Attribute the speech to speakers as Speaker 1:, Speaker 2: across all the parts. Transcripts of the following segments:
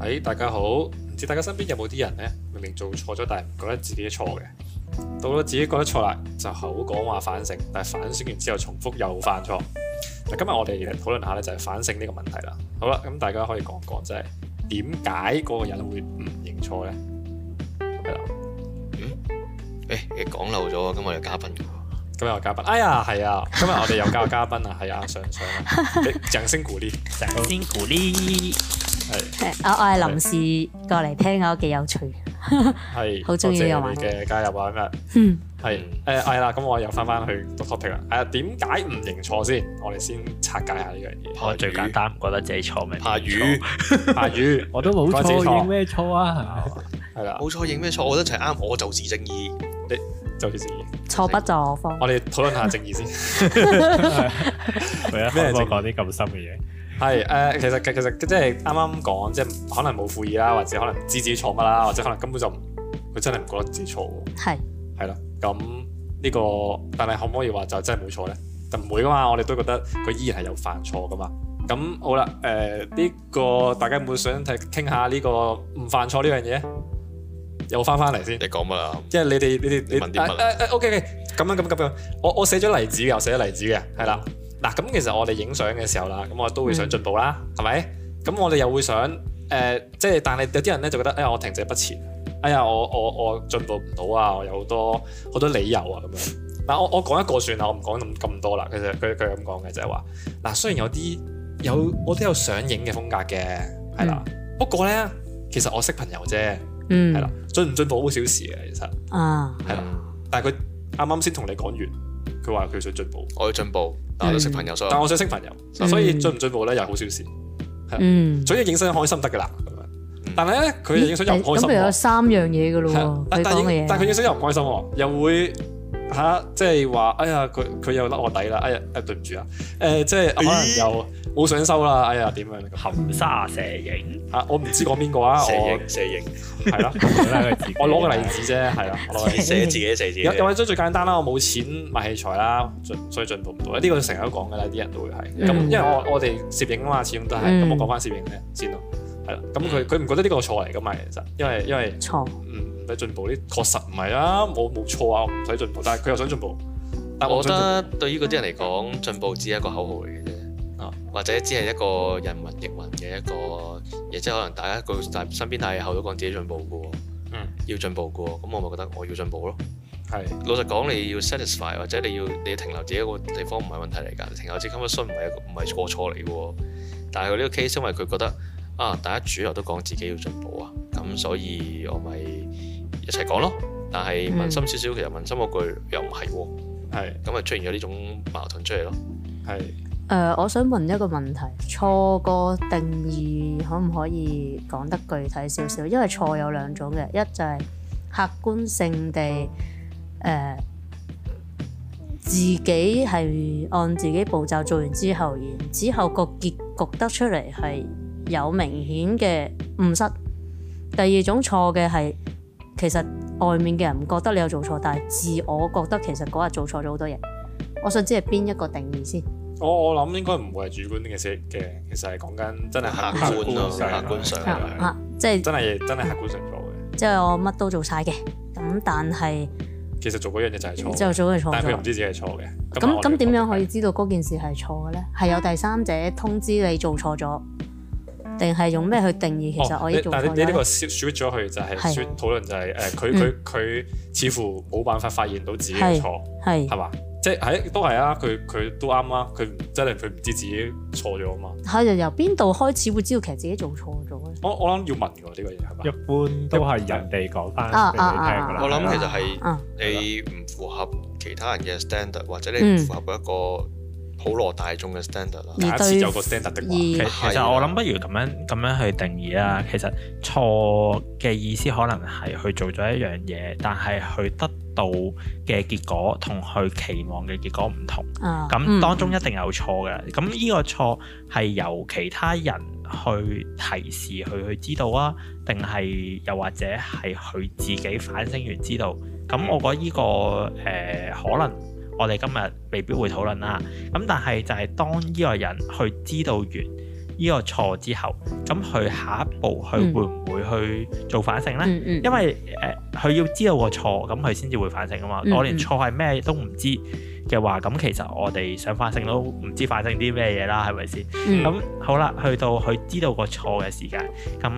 Speaker 1: 喂，大家好，唔知大家身邊有冇啲人呢？明明做錯咗，但係唔覺得自己錯嘅，到咗自己覺得錯啦，就口講話反省，但係反省完之後重複又犯錯。嗱，今日我哋嚟討論下咧，就係反省呢個問題啦。好啦，咁大家可以講講，即係點解嗰個人會唔認錯呢？係啦，
Speaker 2: 誒，你講漏咗啊！今日有嘉賓嘅喎，
Speaker 1: 今日有嘉賓，哎呀，係啊，今日我哋有嘉嘉賓啊，係啊，上上啊，你掌聲鼓勵，掌
Speaker 3: 先鼓勵，
Speaker 1: 係。
Speaker 4: 係我我係臨時過嚟聽，我幾有趣。
Speaker 1: 係，
Speaker 4: 好中意呢
Speaker 1: 多
Speaker 4: 個
Speaker 1: 謝
Speaker 4: 話
Speaker 1: 你
Speaker 4: 題
Speaker 1: 嘅加入啊！今日
Speaker 4: 嗯，
Speaker 1: 係誒係啦，咁我又翻翻去個 topic 啦。誒點解唔認錯先？我哋先拆解下呢樣嘢。
Speaker 2: 怕
Speaker 3: 我最簡
Speaker 2: 魚，
Speaker 3: 單，唔覺得自己錯咪
Speaker 2: 怕
Speaker 3: 魚
Speaker 2: 魚，
Speaker 1: 阿魚，
Speaker 5: 我都冇
Speaker 1: 怪自己
Speaker 5: 錯，
Speaker 1: 錯
Speaker 5: 認咩錯 啊？
Speaker 1: 係啦，
Speaker 2: 冇錯，認咩錯？我覺得就係啱，我就是正義。
Speaker 1: 就係正義。
Speaker 4: 錯不在我方。
Speaker 1: 我哋討論下正義先。
Speaker 3: 啊
Speaker 5: 咩
Speaker 1: 咩正
Speaker 5: 講啲咁深嘅嘢？
Speaker 1: 係誒，其實其實即係啱啱講，即係可能冇悔意啦，或者可能唔知自己錯乜啦，或者可能根本就唔佢真係唔覺得自己錯喎。
Speaker 4: 係
Speaker 1: 係啦，咁呢個但係可唔可以話就真係冇錯呢？就唔會噶嘛，我哋都覺得佢依然係有犯錯噶嘛。咁好啦，誒、呢、個大家有冇想睇傾下呢個唔犯錯呢樣嘢？又翻翻嚟先，
Speaker 2: 你講乜啊？
Speaker 1: 因為你哋你哋你
Speaker 2: 問啲乜啊
Speaker 1: 誒 OK OK，咁啊樣咁樣咁樣，我我寫咗例子嘅，我寫咗例子嘅，係啦。嗱，咁其實我哋影相嘅時候啦，咁我都會想進步啦，
Speaker 2: 嗯
Speaker 1: 係咪？咁我哋又會想誒、即係但係有啲人咧就覺得，哎呀，我停滯不前，哎呀，我我我進步唔到啊，我有好多好多理由啊咁樣。嗱，我我講一個算啦，我唔講咁咁多啦。其實佢佢咁講嘅就係話，嗱，雖然有啲有我都有想影嘅風格嘅，係啦，
Speaker 2: 嗯
Speaker 1: 不過咧，其實我識朋友啫，
Speaker 4: 嗯
Speaker 1: 係啦，進唔進步好小事嘅，其實。
Speaker 4: 啊，
Speaker 1: 係啦
Speaker 2: 嗯
Speaker 1: 但係佢啱啱先同你講完，佢話佢想進步，
Speaker 2: 我要進步，但我都識朋友，所以
Speaker 1: 但我想識朋友，
Speaker 4: 嗯
Speaker 1: 所以進唔進步咧又係好小事，
Speaker 4: 嗯。
Speaker 1: 所以影相開心得㗎啦咁樣。但係咧，佢影相又唔開
Speaker 4: 咁
Speaker 1: 心
Speaker 4: 譬如有
Speaker 1: 喎，
Speaker 4: 三樣嘢噶咯
Speaker 1: 係啊
Speaker 4: 喎，
Speaker 1: 但
Speaker 4: 佢講
Speaker 1: 但
Speaker 4: 嘅
Speaker 1: 影但佢
Speaker 4: 嘢
Speaker 1: 影相又唔開心喎，又會嚇即係話哎呀佢佢又甩我底啦，哎呀誒對唔住啊，誒即係可能
Speaker 2: 咦
Speaker 1: 又冇想收啦，哎呀點樣咁
Speaker 3: 含沙射 影，
Speaker 1: 啊？我唔知講邊個啊，
Speaker 2: 射
Speaker 1: 我
Speaker 2: 影射影，
Speaker 1: 係啦，
Speaker 5: 拉佢自己
Speaker 1: 我攞個例子啫，係啦，我攞個例子。
Speaker 2: 射自己射自己
Speaker 1: 有。有或者最簡單啦，我冇錢買器材啦，進所以進步唔到。呢個成日都講㗎啦，啲人都會係咁，因
Speaker 4: 嗯
Speaker 1: 為我我哋攝影啊嘛，始終都係咁。
Speaker 4: 嗯
Speaker 1: 我講翻攝影咧先咯，係啦。咁佢佢唔覺得呢個錯嚟㗎嘛，其實因為因為嗯
Speaker 4: 錯，
Speaker 1: 唔唔使進步呢，確實唔係啊，我冇錯啊，我唔使進步，但係佢又想進步，但
Speaker 2: 我
Speaker 1: 我
Speaker 2: 覺
Speaker 1: 覺得
Speaker 2: 得對於嗰啲人嚟講，進步只係一個口號嚟嘅啫
Speaker 1: 啊，
Speaker 2: 或者只係一個人云亦云嘅一個嘢，即係可能大家個但身邊大氣候都講自己進步嘅喎，
Speaker 1: 嗯
Speaker 2: 要進步嘅喎，咁我咪覺得我要進步咯。
Speaker 1: 係
Speaker 2: 老實講，你要 satisfy 或者你要你要停留自己一個地方唔係問題嚟㗎，停留自己 comfort zone 唔係一個唔係過錯嚟嘅喎。但係佢呢個 case 因為佢覺得啊，大家主流都講自己要進步啊，咁所以我咪一齊講咯。但係
Speaker 4: 嗯
Speaker 2: 問心少少，其實問心嗰句又唔係喎，
Speaker 1: 係
Speaker 2: 咁咪出現咗呢種矛盾出嚟咯。
Speaker 1: 係
Speaker 4: 誒，呃我想問一個問題，錯個定義可唔可以講得具體少少？因為錯有兩種嘅，一就係客觀性地誒自己係按自己步驟做完之後，然之後個結局得出嚟係有明顯嘅誤失。第二種錯嘅係其實外面嘅人唔覺得你有做錯，但係自我覺得其實嗰日做錯咗好多嘢。我想知係邊一個定義先？
Speaker 1: 我我諗應該唔會係主觀嘅事嘅，其實係講緊真係
Speaker 2: 客
Speaker 1: 客
Speaker 2: 觀咯，
Speaker 1: 觀上
Speaker 2: 客觀上
Speaker 4: 啊
Speaker 2: 係
Speaker 4: 啊！即係
Speaker 1: 真係真係客觀上錯嘅，
Speaker 4: 即係我乜都做晒嘅，咁但係
Speaker 1: 其實做嗰樣嘢就係錯
Speaker 4: 就
Speaker 1: 嘅，
Speaker 4: 早就錯
Speaker 1: 但係佢又唔
Speaker 4: 咗。
Speaker 1: 知自己係錯嘅。
Speaker 4: 咁
Speaker 1: 我
Speaker 4: 咁
Speaker 1: 哋
Speaker 4: 點樣可以
Speaker 1: 講
Speaker 4: 知道嗰件事係錯嘅咧？係有第三者通知你做錯咗，定係用咩去定義其實我已
Speaker 1: 哦你
Speaker 4: 經做
Speaker 1: 但
Speaker 4: 錯
Speaker 1: 係
Speaker 4: 咗
Speaker 1: 你呢
Speaker 4: 呢
Speaker 1: 個 switch 咗佢就係
Speaker 4: 係
Speaker 1: switch 討論就係誒佢佢
Speaker 4: 嗯
Speaker 1: 佢似乎冇辦法發現到自己嘅錯係
Speaker 4: 係
Speaker 1: 嘛？即係係都係啊！佢佢都啱啊！佢唔真係佢唔知自己錯咗啊嘛！
Speaker 4: 係由由邊度開始會知道其實自己做錯咗咧？
Speaker 1: 我我諗要問㗎呢個嘢係嘛
Speaker 5: 一？般都係人哋講翻
Speaker 3: 啊
Speaker 1: 啊
Speaker 5: 俾你聽㗎啦。
Speaker 2: 我諗其實係。
Speaker 4: 啊，
Speaker 2: 你唔符合其他人嘅 standard，或者你
Speaker 4: 嗯
Speaker 2: 唔符合一個普羅大眾嘅 standard 啦。
Speaker 4: 而
Speaker 1: 假設
Speaker 4: 對
Speaker 1: 有個 standard 的話，
Speaker 3: 其
Speaker 4: 而
Speaker 3: 其實我諗不如咁樣咁樣去定義啦。其實錯嘅意思可能係去做咗一樣嘢，但係佢得到嘅結果同佢期望嘅結果唔同。
Speaker 4: 啊，
Speaker 3: 咁
Speaker 4: 嗯
Speaker 3: 當中一定有錯嘅，咁呢個錯係由其他人去提示佢去知道啊，定係又或者係佢自己反省完知道。
Speaker 4: 嗯
Speaker 3: 咁我覺得呢、個誒、呃可能我哋今日未必會討論啦。咁但係就係當呢個人去知道完，呢個錯之後，咁佢下一步佢
Speaker 4: 嗯
Speaker 3: 會唔會去做反省呢？
Speaker 4: 嗯嗯，
Speaker 3: 因為呃誒佢、要知道個錯，咁佢先至會反省噶嘛。
Speaker 4: 嗯
Speaker 3: 我連錯係咩都唔知嘅話，咁其實我哋想反省都唔知反省啲咩嘢啦，係咪先？
Speaker 4: 嗯
Speaker 3: 咁好啦，去到佢知道個錯嘅時間，咁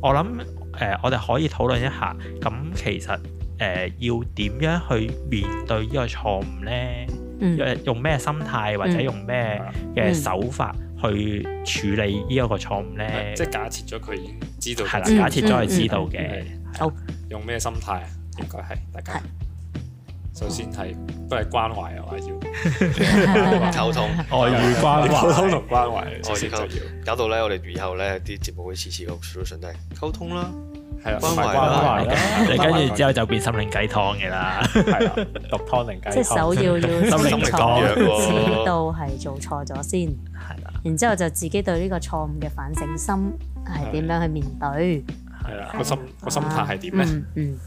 Speaker 3: 我諗誒、呃我哋可以討論一下，咁其實誒、呃要點樣去面對呢個錯誤咧？
Speaker 4: 嗯
Speaker 3: 誒用咩心態或者
Speaker 4: 嗯
Speaker 3: 用咩嘅手法去處理呢一個錯誤咧？
Speaker 1: 嗯即係假設咗佢已經知道
Speaker 3: 係啦，
Speaker 1: 佢
Speaker 4: 嗯
Speaker 3: 假設咗係知道
Speaker 1: 嗯
Speaker 3: 嘅
Speaker 1: 嗯，用咩心態，啊應該係大家
Speaker 4: 係
Speaker 1: 首先係都係關懷啊，我係要嗯
Speaker 2: 溝通。
Speaker 3: 外
Speaker 5: 遇關
Speaker 1: 溝通
Speaker 5: 懷，
Speaker 1: 同關懷，首
Speaker 2: 我
Speaker 1: 先
Speaker 2: 先
Speaker 1: 就要
Speaker 2: 溝搞到咧，我哋以後咧啲節目會次次個 solution 都係溝通啦，
Speaker 1: 係啦，
Speaker 2: 關懷
Speaker 5: 啦
Speaker 3: 你跟住之後就變心靈雞湯嘅啦，
Speaker 5: 係啦，毒湯定雞
Speaker 4: 即係首
Speaker 5: 湯，
Speaker 4: 要要知
Speaker 3: 心靈
Speaker 4: 錯，
Speaker 2: 雞湯
Speaker 4: 知道係做錯咗先，
Speaker 3: 係啦，
Speaker 4: 然之後就自己對呢個錯誤嘅反省心係點樣去面對，
Speaker 1: 係啦，個心個心態係點咧？
Speaker 4: 嗯嗯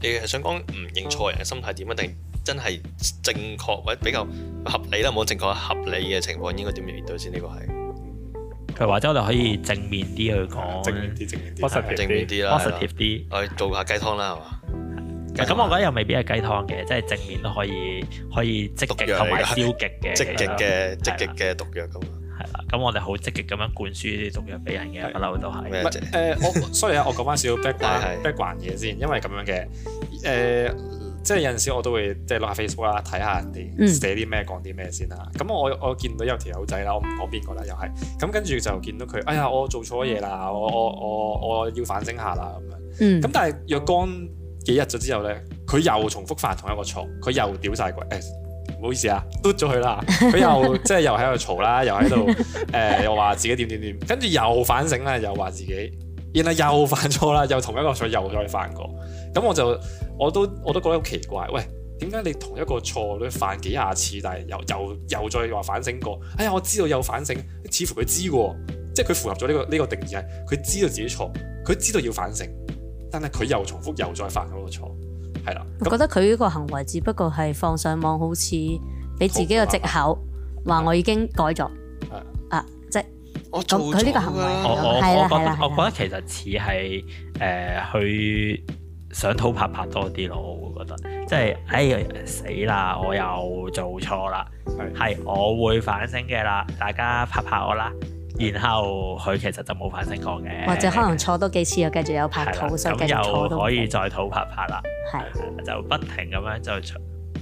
Speaker 2: 你係想講唔認錯人嘅心態點啊？定真係正確或者比較合理啦，冇正確合理嘅情況應該點面對先？呢個係
Speaker 3: 佢或者我哋可以正面啲去講
Speaker 1: 哦正面啲，正啊面啲，
Speaker 5: positive
Speaker 2: 哦嗯正面
Speaker 5: 啲，
Speaker 2: 啲啦，係啦
Speaker 3: ，positive 啲。
Speaker 2: 我哋做下雞湯啦，係嘛？
Speaker 3: 咁我覺得又未必係雞湯嘅，即係正面都可以可以積極同埋消極 嘅。
Speaker 2: 積極嘅
Speaker 3: 係啦
Speaker 2: 積極嘅毒藥咁啊，
Speaker 3: 係啦，咁我哋好積極咁樣灌輸啲毒藥俾人嘅，
Speaker 1: 係
Speaker 3: 不嬲都係。
Speaker 2: 咩
Speaker 1: 唔
Speaker 2: 啫
Speaker 1: 係？誒，我 sorry 啊，我講翻少少 background
Speaker 2: 係係
Speaker 1: background 嘢先，因為咁樣嘅誒、即係有陣時我都會即係落下 Facebook 啦，睇下人
Speaker 4: 嗯
Speaker 1: 哋寫啲咩講啲咩先啦。咁我我見到有條友仔啦，我唔講邊個啦，又係咁跟住就見到佢，哎呀，我做錯嘢啦，我我我我要反省下啦咁樣。
Speaker 4: 嗯
Speaker 1: 咁但係若干幾日咗之後咧，佢又重複犯同一個錯，佢又屌晒鬼誒。 唔好意思啊，嘟咗佢啦，佢又即係又喺度嘈啦，又喺度 誒，又話自己點點點，跟住又反省啦，又話自己，然後又犯錯啦，又同一個錯又再犯過，咁我就我都我都覺得好奇怪，喂，點解你同一個錯你犯幾廿次，但係又又又再話反省過？哎呀，我知道有反省，似乎佢知喎，即係佢符合咗呢、個呢、個定義係，佢知道自己錯，佢知道要反省，但係佢又重複又再犯嗰個錯，係啦，
Speaker 4: 我
Speaker 1: 咁
Speaker 4: 覺得佢呢個行為只不過係放上網，好似俾自己個藉口，話我已經改咗
Speaker 1: 係。
Speaker 4: 啊，即係
Speaker 2: 我
Speaker 4: 咁
Speaker 2: 做
Speaker 4: 佢呢個行為
Speaker 2: 咗㗎
Speaker 3: 我我我
Speaker 4: 係啦
Speaker 3: 覺得
Speaker 4: 係啦係啦
Speaker 3: 我覺得其實似係誒去想討拍拍多啲咯，我會覺得即係哎死啦，我又做錯啦，係我會反省嘅啦，大家拍拍我啦。然後佢其實就冇反省過嘅，
Speaker 4: 或者可能錯多幾次又繼續有拍
Speaker 3: 係啦
Speaker 4: 拖，所以繼
Speaker 3: 咁
Speaker 4: 續錯
Speaker 3: 又
Speaker 4: 都
Speaker 3: 可以
Speaker 4: 係
Speaker 3: 再討拍拍啦。就不停咁樣就重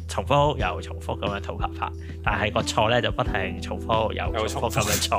Speaker 3: 重複又重複咁樣討拍拍，但係個錯咧就不停重複又重複咁樣錯，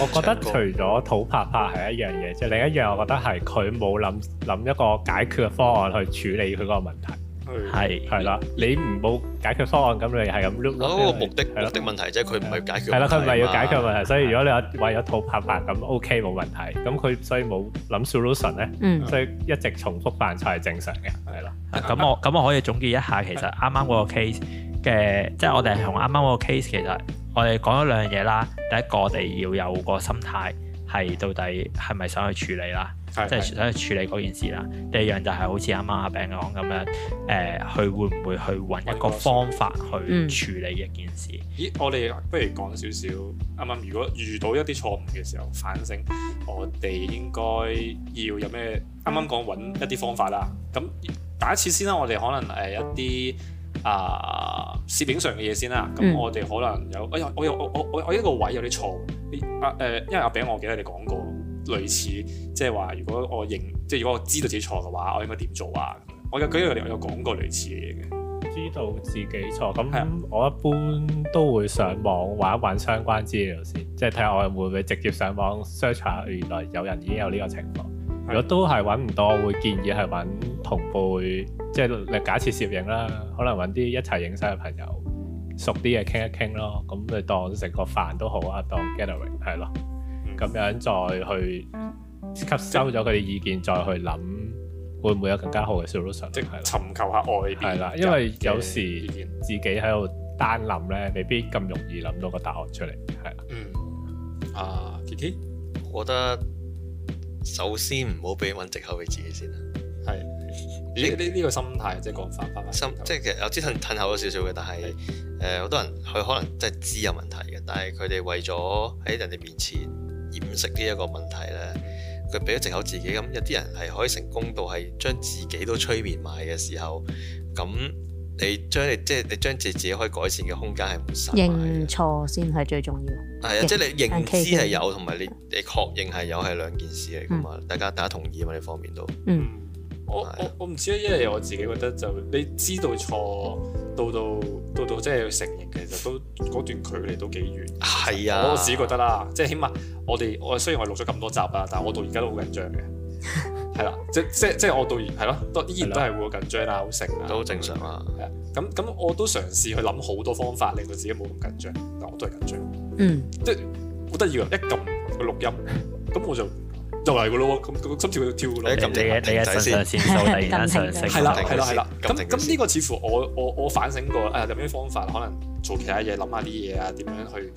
Speaker 5: 我覺得除咗土拍拍係一樣嘢，即係另一樣，我覺得係佢冇諗諗一個解決嘅方案去處理佢嗰個問題。
Speaker 1: 係
Speaker 3: 係
Speaker 5: 係啦，你唔冇解決方案，咁你係咁碌
Speaker 2: 我
Speaker 5: 碌。
Speaker 2: 嗰個哦目的
Speaker 5: 係
Speaker 2: 目
Speaker 5: 啦
Speaker 2: 的問題啫，佢唔係解決
Speaker 5: 係啦，佢唔係要解決
Speaker 2: 問題
Speaker 5: 問題，所以如果你話為咗套拍拍咁 OK 冇問題，咁佢所以冇諗 solution 咧，
Speaker 4: 嗯
Speaker 5: 所以一直重複犯錯係正常嘅，係啦。
Speaker 3: 啊咁我咁我可以總結一下，其實啱啱
Speaker 1: 嗯
Speaker 3: 嗰個 case 嘅，即係我哋係同啱啱嗰個 case 其實我哋講咗兩樣嘢啦。第一個我哋要有個心態係到底係咪想去處理啦，
Speaker 1: 係
Speaker 3: 即係想去處理嗰件事啦。第二樣就係好似啱啱阿餅講咁樣，誒、佢會唔會去揾一個方法
Speaker 4: 嗯
Speaker 3: 去處理一件事？
Speaker 1: 咦，我哋啊不如講少少啱啱，如果遇到一啲錯誤嘅時候，反省我哋應該要有咩？啱啱講揾一啲方法啦。咁打一次先啦，我哋可能誒一啲啊攝影上嘅嘢先啦。咁
Speaker 4: 嗯
Speaker 1: 我哋可能有，哎呀，我有我我我我一個位有啲錯喎啊誒，因為阿餅我記得你講過類似，即係話如果我認，即係如果我知道自己錯嘅話，我應該點做啊？我有記得你有講過類似嘅嘢嘅，
Speaker 5: 知道自己錯，
Speaker 1: 係啊
Speaker 5: 咁我一般都會上網揾一揾相關資料先，即係睇下我會唔會直接上網 search 下，原來有人已經有呢個情況。如果都係揾唔到，我會建議係揾同輩，即係你假設攝影啦，可能揾啲一齊影相嘅朋友，熟啲嘅傾一傾咯。咁你當食個飯都好啊，當 gathering 係咯。
Speaker 1: 嗯
Speaker 5: 咁樣再去吸收咗佢哋意見，再去諗會唔會有更加好嘅 solution
Speaker 1: 即係
Speaker 5: 係啦。
Speaker 1: 尋求下外邊
Speaker 5: 係啦因為
Speaker 1: 人嘅
Speaker 5: 有時
Speaker 1: 意見
Speaker 5: 自己喺度單諗咧，未必咁容易諗到個答案出嚟，係啦。
Speaker 1: 嗯，啊，Kiki
Speaker 2: 我覺得首先唔好俾揾藉口俾自己先啦。
Speaker 1: 係呢呢呢個心態即係講翻翻翻
Speaker 2: 心即係其實我知褪褪後咗少少嘅，但係誒好多人佢可能真係知有問題嘅，但係佢哋為咗喺人哋面前掩飾呢一個問題咧，佢俾咗藉口自己咁，有啲人係可以成功到係將自己都催眠埋嘅時候，咁你將你即係你將自己可以改善嘅空間係冇晒
Speaker 4: 認錯先係最重要。
Speaker 2: 係啊，即係你認
Speaker 4: 但
Speaker 2: 知
Speaker 4: 其實
Speaker 2: 係有，同埋你你確認係有係兩件事嚟噶嘛，大家大家同意嘛呢方面都
Speaker 4: 嗯，
Speaker 1: 我
Speaker 2: 係
Speaker 1: 我我唔知啊，因為我自己覺得就你知道錯，到到到到即係要承認，其實都嗰段距離都幾遠。
Speaker 2: 係啊，
Speaker 1: 我自己覺得啦，即係起碼我哋我雖然我錄咗咁多集啦，但係我到而家都好緊張 嘅。係啦，即即即係我到而係咯，都依然都係會好緊張啊，好成啊，
Speaker 2: 都好正常。啊。
Speaker 1: 係啊，咁咁我都嘗試去諗好多方法令到自己冇咁緊張，但我都係緊張。
Speaker 4: 嗯，
Speaker 1: 好得意啊！一撳個錄音，咁我就就嚟噶咯喎，咁咁心跳就跳噶咯
Speaker 2: 你
Speaker 1: 喎
Speaker 2: 一。撳
Speaker 3: 你
Speaker 2: 定
Speaker 3: 嘅你嘅腎上腺 素突然間上升，
Speaker 1: 係啦，係啦，係啦。
Speaker 2: 咁
Speaker 1: 咁
Speaker 2: 停咗
Speaker 1: 咁呢個似乎我我我反省過，啊誒有咩方法可能做其他嘢，諗下啲嘢啊，點樣去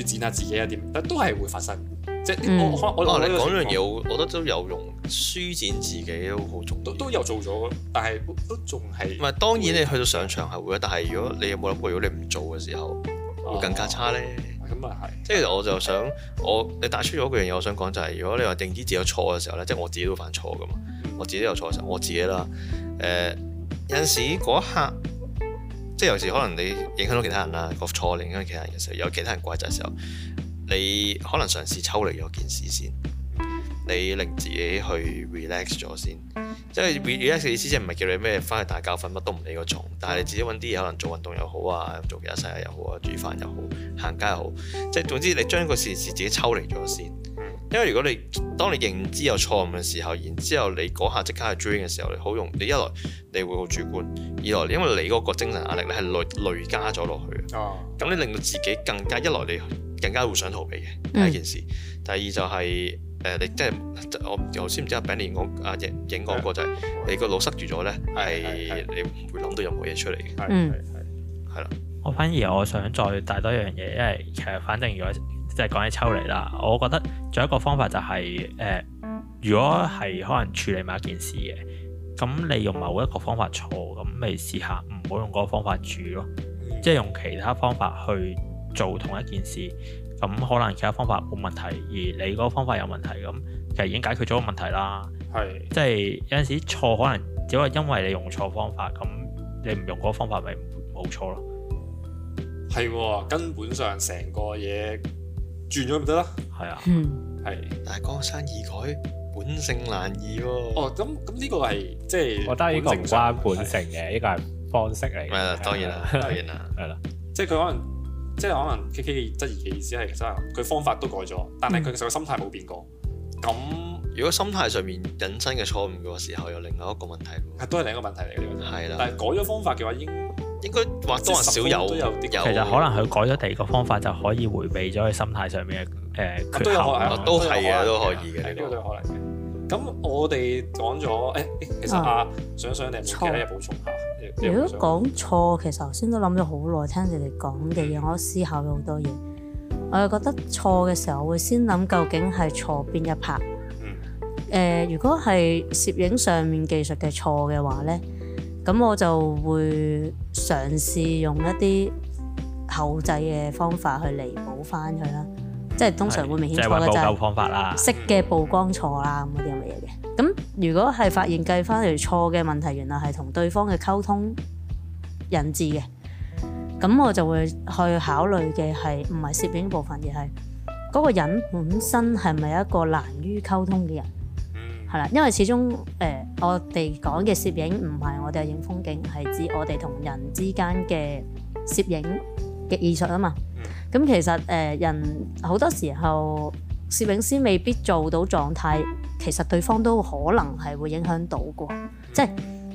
Speaker 1: 舒展下自己啊，點，但都係會發生。即係
Speaker 4: 嗯
Speaker 1: 我可能我
Speaker 2: 哦，
Speaker 1: 我
Speaker 2: 你講
Speaker 1: 呢個情
Speaker 2: 呢樣嘢，
Speaker 1: 況
Speaker 2: 我我覺得都有用，舒展自己都好重要。
Speaker 1: 都都有做咗，但係都都仲係
Speaker 2: 唔係當然你去到上場係會啊，但係如果你有冇諗過，如果你唔做嘅時候會更加差咧？
Speaker 1: 哦啊咁啊係，
Speaker 2: 即係其實我就想我你帶出咗嗰樣嘢，我想講就係、如果你話認知自己有錯嘅時候咧，即係我自己都犯錯噶嘛，我自己都有錯嘅時候，我自己啦，誒、有陣時嗰一刻，即係有時可能你影響到其他人啦，個錯你影響到其他人嘅時候，有其他人怪責嘅時候，你可能嘗試抽離咗件事先，你令自己去 relax 咗先。即係 relax 嘅意思，即係唔係叫你咩翻去大覺瞓乜都唔理個重，但係你自己揾啲嘢，可能做運動又好啊，做其他細嘢又好啊，煮飯又好，行街又好，即係總之你將個事事自己抽離咗先。因為如果你當你認知有錯誤嘅時候，然之後你嗰下即刻去 drain 嘅時候，你好容你一來你會好主觀，二來因為你嗰個精神壓力你係累累加咗落去嘅。
Speaker 1: 哦，
Speaker 2: 咁你令到自己更加一來你更加會想逃避嘅第一件事，第二就係、呃你即係我頭先唔知阿 Benny 講啊阿影影講過就係、你個腦塞住咗咧，係
Speaker 1: 係
Speaker 2: 你唔會諗到任何嘢出嚟嘅，
Speaker 1: 係
Speaker 4: 嗯
Speaker 1: 係係
Speaker 2: 係啦，
Speaker 3: 我反而我想再帶多一樣嘢，因為其實反正如果即係講起抽離啦，我覺得仲有一個方法就係、呃如果係可能處理某一件事嘅，咁你用某一個方法錯，咁咪試下唔好用嗰個方法住咯，
Speaker 1: 嗯
Speaker 3: 即係用其他方法去做同一件事，咁可能其他方法冇問題，而你嗰個方法有問題，咁其實已經解決咗個問題啦。
Speaker 1: 係
Speaker 3: 即係有陣時錯可能只係因為你用錯方法，咁你唔用嗰個方法咪冇錯咯。
Speaker 1: 係喎，根本上成個嘢轉咗咪得啦，
Speaker 3: 係啊。
Speaker 4: 嗯，
Speaker 1: 係。
Speaker 2: 但係江山易改，本性難移喎。
Speaker 1: 哦，咁咁呢個係即係，
Speaker 5: 我覺得呢個唔關本，性嘅，呢個係方式嚟嘅。
Speaker 2: 咁啊，當然啦，當然啦，
Speaker 5: 係啦，
Speaker 1: 即係佢可能即係可能 K K 嘅質疑嘅意思係，其實佢方法都改咗，但
Speaker 5: 嗯
Speaker 1: 係佢其實個心態冇變過，咁
Speaker 2: 如果心態上面引申嘅錯誤嘅時候，有另外一個問題喎。
Speaker 1: 係都係另一個問題嚟嘅呢個。
Speaker 2: 係
Speaker 1: 但係
Speaker 2: 啦，
Speaker 1: 改咗方法嘅話，應
Speaker 2: 應該或多或少
Speaker 1: 即係十
Speaker 2: 有
Speaker 1: 分都有啲
Speaker 3: 其實可能佢改咗第二個方法就可以迴避咗佢心態上面嘅誒缺
Speaker 1: 都有
Speaker 3: 陷
Speaker 1: 可
Speaker 3: 咯
Speaker 1: 能，
Speaker 2: 都係
Speaker 1: 有
Speaker 2: 嘅都可以嘅
Speaker 1: 係
Speaker 2: 呢個
Speaker 1: 呢個都有可能嘅。咁我哋講咗，誒，其
Speaker 5: 嗯
Speaker 1: 實啊，想想你有冇其他嘢補充下？你有
Speaker 4: 如
Speaker 1: 冇
Speaker 4: 果
Speaker 1: 想
Speaker 4: 講錯，其實頭先都諗咗好耐，聽你哋講嘅嘢，我都思考咗好多嘢。我又覺得錯嘅時候，我會先諗究竟係錯邊一 part。
Speaker 1: 嗯
Speaker 4: 誒、如果係攝影上面技術嘅錯嘅話呢，咁我就會嘗試用一啲後製嘅方法去彌補翻佢啦。即係通常會明
Speaker 3: 即
Speaker 4: 顯
Speaker 3: 係
Speaker 4: 錯
Speaker 3: 揾
Speaker 4: 嘅就
Speaker 3: 補救
Speaker 4: 係
Speaker 3: 方法啦。
Speaker 4: 色嘅曝光錯啦，咁嗰啲咁嘅嘢嘅。咁如果係發現計翻嚟錯嘅問題，原來係同對方嘅溝通引致嘅，咁我就會去考慮嘅係唔係攝影部分，而係嗰個人本身係咪一個難於溝通嘅人。
Speaker 1: 嗯
Speaker 4: 係啦，因為始終誒、呃我哋講嘅攝影唔係我哋係影風景，係指我哋同人之間嘅攝影嘅藝術啊嘛。咁、其實誒、呃人好多時候攝影師未必做到狀態，其實對方都可能係會影響到嘅喎，即係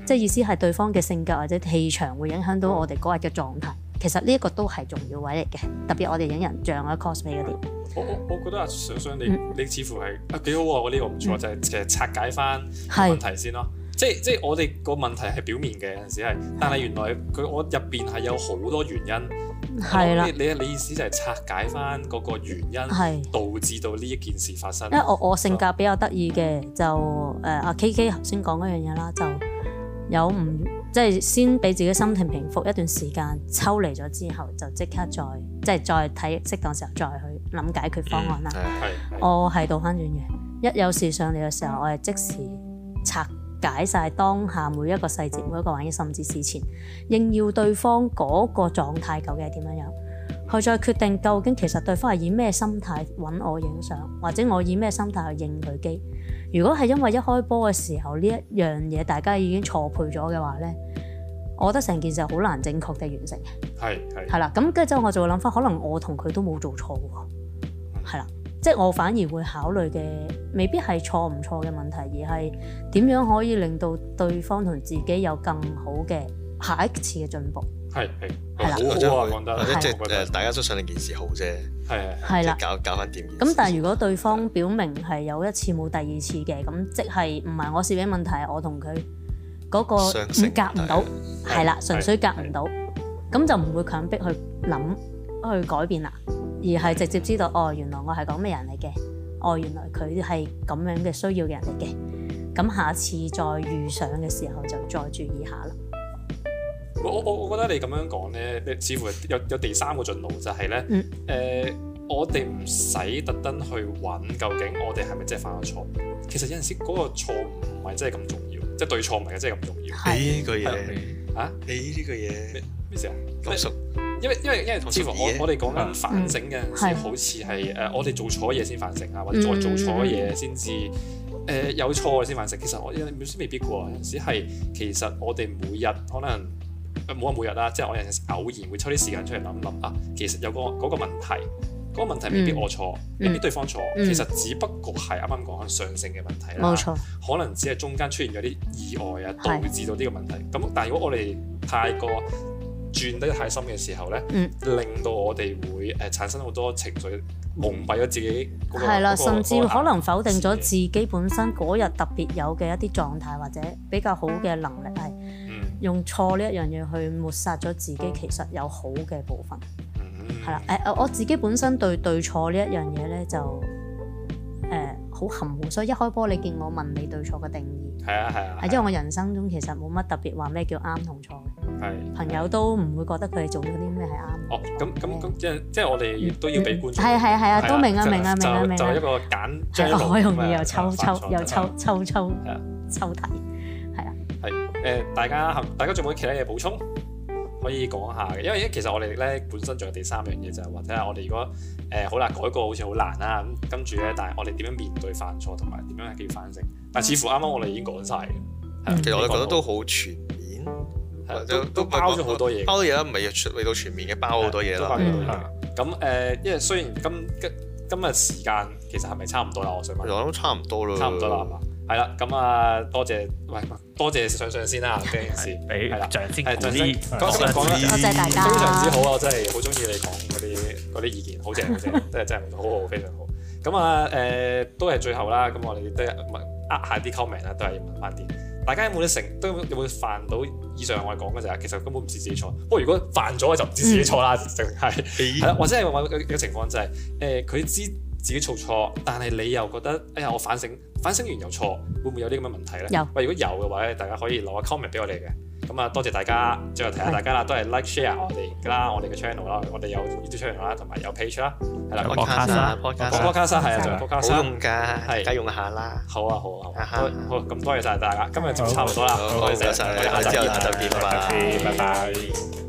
Speaker 4: 即係意思係對方嘅性格或者氣場會影響到我哋嗰日嘅狀態。其實呢一個都係重要位嚟嘅，特別我哋影人像啊、cosplay 嗰啲。
Speaker 1: 我我我覺得啊，想想你
Speaker 4: 嗯
Speaker 1: 你似乎係啊幾好喎，我呢個唔
Speaker 5: 嗯
Speaker 1: 錯，就係其實拆解翻。問
Speaker 4: 係
Speaker 1: 題先咯。即係即係我哋個問題係表面嘅有陣時係，但係原來佢我入邊係有好多原因。
Speaker 4: 係啦
Speaker 1: 你，你你意思就係拆解翻嗰個原因，
Speaker 4: 係。
Speaker 1: 導致到呢一件事發生
Speaker 4: 呃因。為我我性格比較得意嘅，就誒阿 K K 頭先講嗰樣嘢啦，就有唔即係先俾自己心情平復一段時間，抽離咗之後就即刻再即係再睇適當時候再去諗解決方案啦。
Speaker 2: 係
Speaker 1: 係
Speaker 4: 我係倒翻轉嘅，一有事上嚟嘅時候，我係即時拆解晒當下每一個細節、每一個環境，甚至事前應要對方嗰個狀態究竟係點樣樣，去再決定究竟其實對方係以咩心態揾我影相，或者我以咩心態去應佢機。如果係因為一開波嘅時候呢一樣嘢大家已經錯配咗嘅話呢，我覺得成件事係好難正確地完成。
Speaker 1: 係係
Speaker 4: 係啦，咁跟住之後我就會諗翻，可能我同佢都冇做錯喎，係啦，即係我反而會考慮嘅，未必係錯唔錯嘅問題，而係點樣可以令到對方同自己有更好嘅下一次嘅進步，
Speaker 1: 係係，
Speaker 4: 係啦
Speaker 1: 好好啊，講得
Speaker 2: 或者即係呃
Speaker 1: 係
Speaker 2: 誒，大家都想令件事好啫，
Speaker 1: 係
Speaker 4: 係
Speaker 2: 即
Speaker 4: 啦
Speaker 2: 係。搞搞翻掂件事。
Speaker 4: 咁但係如果對方表明係有一次冇第二次嘅，咁即係唔係我攝影問題，我同佢嗰個
Speaker 2: 相
Speaker 4: 唔
Speaker 2: 性
Speaker 4: 夾唔
Speaker 2: 問
Speaker 4: 到
Speaker 2: 題，
Speaker 4: 係啦，純粹夾唔到，咁就唔會強迫去諗去改變啦，而係直接知道哦，原來我係講咩人嚟嘅，哦，原來佢係咁樣嘅需要嘅人嚟嘅，咁下次再遇上嘅時候就再注意下啦。
Speaker 1: 我我我覺得你咁樣講咧，你似乎有有第三個進路就係咧，誒、
Speaker 4: 嗯
Speaker 1: 我哋唔使特登去揾究竟我哋係咪真係犯咗錯。其實有陣時嗰個錯誤唔係真係咁重要，即係對錯唔係真係咁重要。
Speaker 4: 係
Speaker 2: 你呢句嘢，
Speaker 5: 嗯
Speaker 1: 啊
Speaker 2: 你呢句嘢
Speaker 1: 咩事啊？
Speaker 2: 咁熟，
Speaker 1: 因為因為因為
Speaker 2: 同
Speaker 1: 似乎
Speaker 2: 做嘢
Speaker 1: 我我哋講緊反省嘅陣時，
Speaker 4: 嗯係嗯
Speaker 1: 好似係誒我哋做錯嘢先反省啊，或者再做錯嘢先至誒有錯先反省。其實我有陣時未必過，有陣時係其實我哋每日可能呃冇話每日啦，即係我有陣時偶然會抽啲時間出嚟諗諗啊，其實有個嗰個問題。嗰個問題未必
Speaker 4: 嗯
Speaker 1: 我錯，
Speaker 4: 嗯
Speaker 1: 未必對方錯，
Speaker 4: 嗯
Speaker 1: 其實只不過係啱啱講緊上性嘅問題啦。
Speaker 4: 冇錯，
Speaker 1: 可能只係中間出現咗啲意外啊，導
Speaker 4: 係
Speaker 1: 致到呢個問題。咁但係如果我哋太過轉得太深嘅時候咧，
Speaker 4: 嗯
Speaker 1: 令到我哋會誒、呃、產生好多情緒，蒙蔽咗自己嗰、個。
Speaker 4: 係啦，
Speaker 1: 嗰個
Speaker 4: 甚至
Speaker 1: 嗰個啊
Speaker 4: 可能否定咗
Speaker 1: 視
Speaker 4: 自己本身嗰日特別有嘅一啲狀態或者比較好嘅能力係。
Speaker 1: 野嗯
Speaker 4: 用錯呢一樣嘢去抹殺咗自己其實有好嘅部分，
Speaker 1: 嗯
Speaker 4: 係啦。誒、我自己本身對對錯呢一樣嘢咧就誒好、含糊，所以一開波你見我問你對錯嘅定義，
Speaker 1: 係啊係啊，
Speaker 4: 係因為我人生中其實冇乜特別話咩叫啱同錯嘅，
Speaker 1: 係
Speaker 4: 朋友都唔會覺得佢哋做咗啲咩係啱。
Speaker 1: 哦咁咁咁即係即係我哋都要俾觀眾
Speaker 4: 嗯係係係啊，
Speaker 1: 係
Speaker 4: 都明啊
Speaker 1: 就
Speaker 4: 明啊明啊
Speaker 1: 就
Speaker 4: 明
Speaker 1: 就一
Speaker 4: 啊，
Speaker 1: 個簡
Speaker 4: 係
Speaker 1: 張
Speaker 4: 啊
Speaker 1: 路
Speaker 4: 好容
Speaker 1: 咁
Speaker 4: 易
Speaker 1: 樣
Speaker 4: 又抽
Speaker 1: 犯錯
Speaker 4: 抽又
Speaker 1: 就
Speaker 4: 抽抽抽
Speaker 1: 係啊
Speaker 4: 抽題，
Speaker 1: 誒、大家大家仲有冇其他嘢補充？可以講下嘅，因為其實我哋咧本身仲有第三樣嘢就係或者係我哋如果誒、好啦改過好似好難啦，咁跟住咧，但係我哋點樣面對犯錯同埋點樣係叫反省？但似乎啱啱我哋已經講晒嘅，係啊
Speaker 2: 其實我哋覺得都好全面，
Speaker 1: 係
Speaker 2: 或
Speaker 1: 啊
Speaker 2: 者
Speaker 1: 都都包咗好多嘢。
Speaker 2: 包咗嘢啦，唔係全未到全面嘅，包好多嘢
Speaker 1: 都包
Speaker 2: 啦
Speaker 1: 咗。好多
Speaker 5: 嗯
Speaker 1: 嘢咁誒、因為雖然今今今日時間其實係咪差唔多啦？我想
Speaker 2: 其
Speaker 1: 問
Speaker 2: 實。我諗差唔多咯，
Speaker 1: 差唔多啦，係嘛？係啦，咁啊，多謝，喂，多謝上上先啦， 呢件事
Speaker 3: 俾
Speaker 1: 係啦，
Speaker 3: 象先
Speaker 1: 係
Speaker 3: 鼓
Speaker 1: 象先
Speaker 3: 啲，
Speaker 1: 講今日講得
Speaker 4: 多謝大家
Speaker 1: 非常之好啊！我真係好中意你講嗰啲嗰啲意見，好正好正，真係真係好好，非常好。咁啊誒，都係最後啦。咁我哋都係問呃下啲 comment 啦，都係問翻啲大家有冇啲成都有冇犯到以上我哋講嘅就係其實根本唔知自己錯。不過如果犯咗就唔知自己 錯啦，淨係係啦，或者係話有有個情況就係誒佢知自己做錯，但係你又覺得哎呀我反省反省完又錯，會唔會有啲咁嘅問題咧？
Speaker 4: 有
Speaker 1: 喂，如果有嘅話咧，大家可以留下 comment 俾我哋嘅。咁啊，多謝大家，最後提下大家啦，都係 like share 我哋啦，我哋嘅 channel 啦，我哋有 YouTube channel 啦，同埋有 page 啦，係啦，
Speaker 3: 有
Speaker 1: 咁
Speaker 2: podcast 啊
Speaker 1: 啊
Speaker 2: podcast 啊
Speaker 1: podcast 啊係啊，仲有
Speaker 2: 好
Speaker 1: podcast 啊
Speaker 2: 用㗎，大家用下啦。
Speaker 1: 好啊，好啊，
Speaker 2: 啊
Speaker 1: 好啊
Speaker 2: 哈
Speaker 1: 好，咁多謝晒大家，今日就差唔多啦，
Speaker 2: 好
Speaker 1: 多謝
Speaker 2: 好
Speaker 1: 晒
Speaker 2: 多謝
Speaker 1: 大家
Speaker 2: 之後就見拜拜
Speaker 5: 拜拜。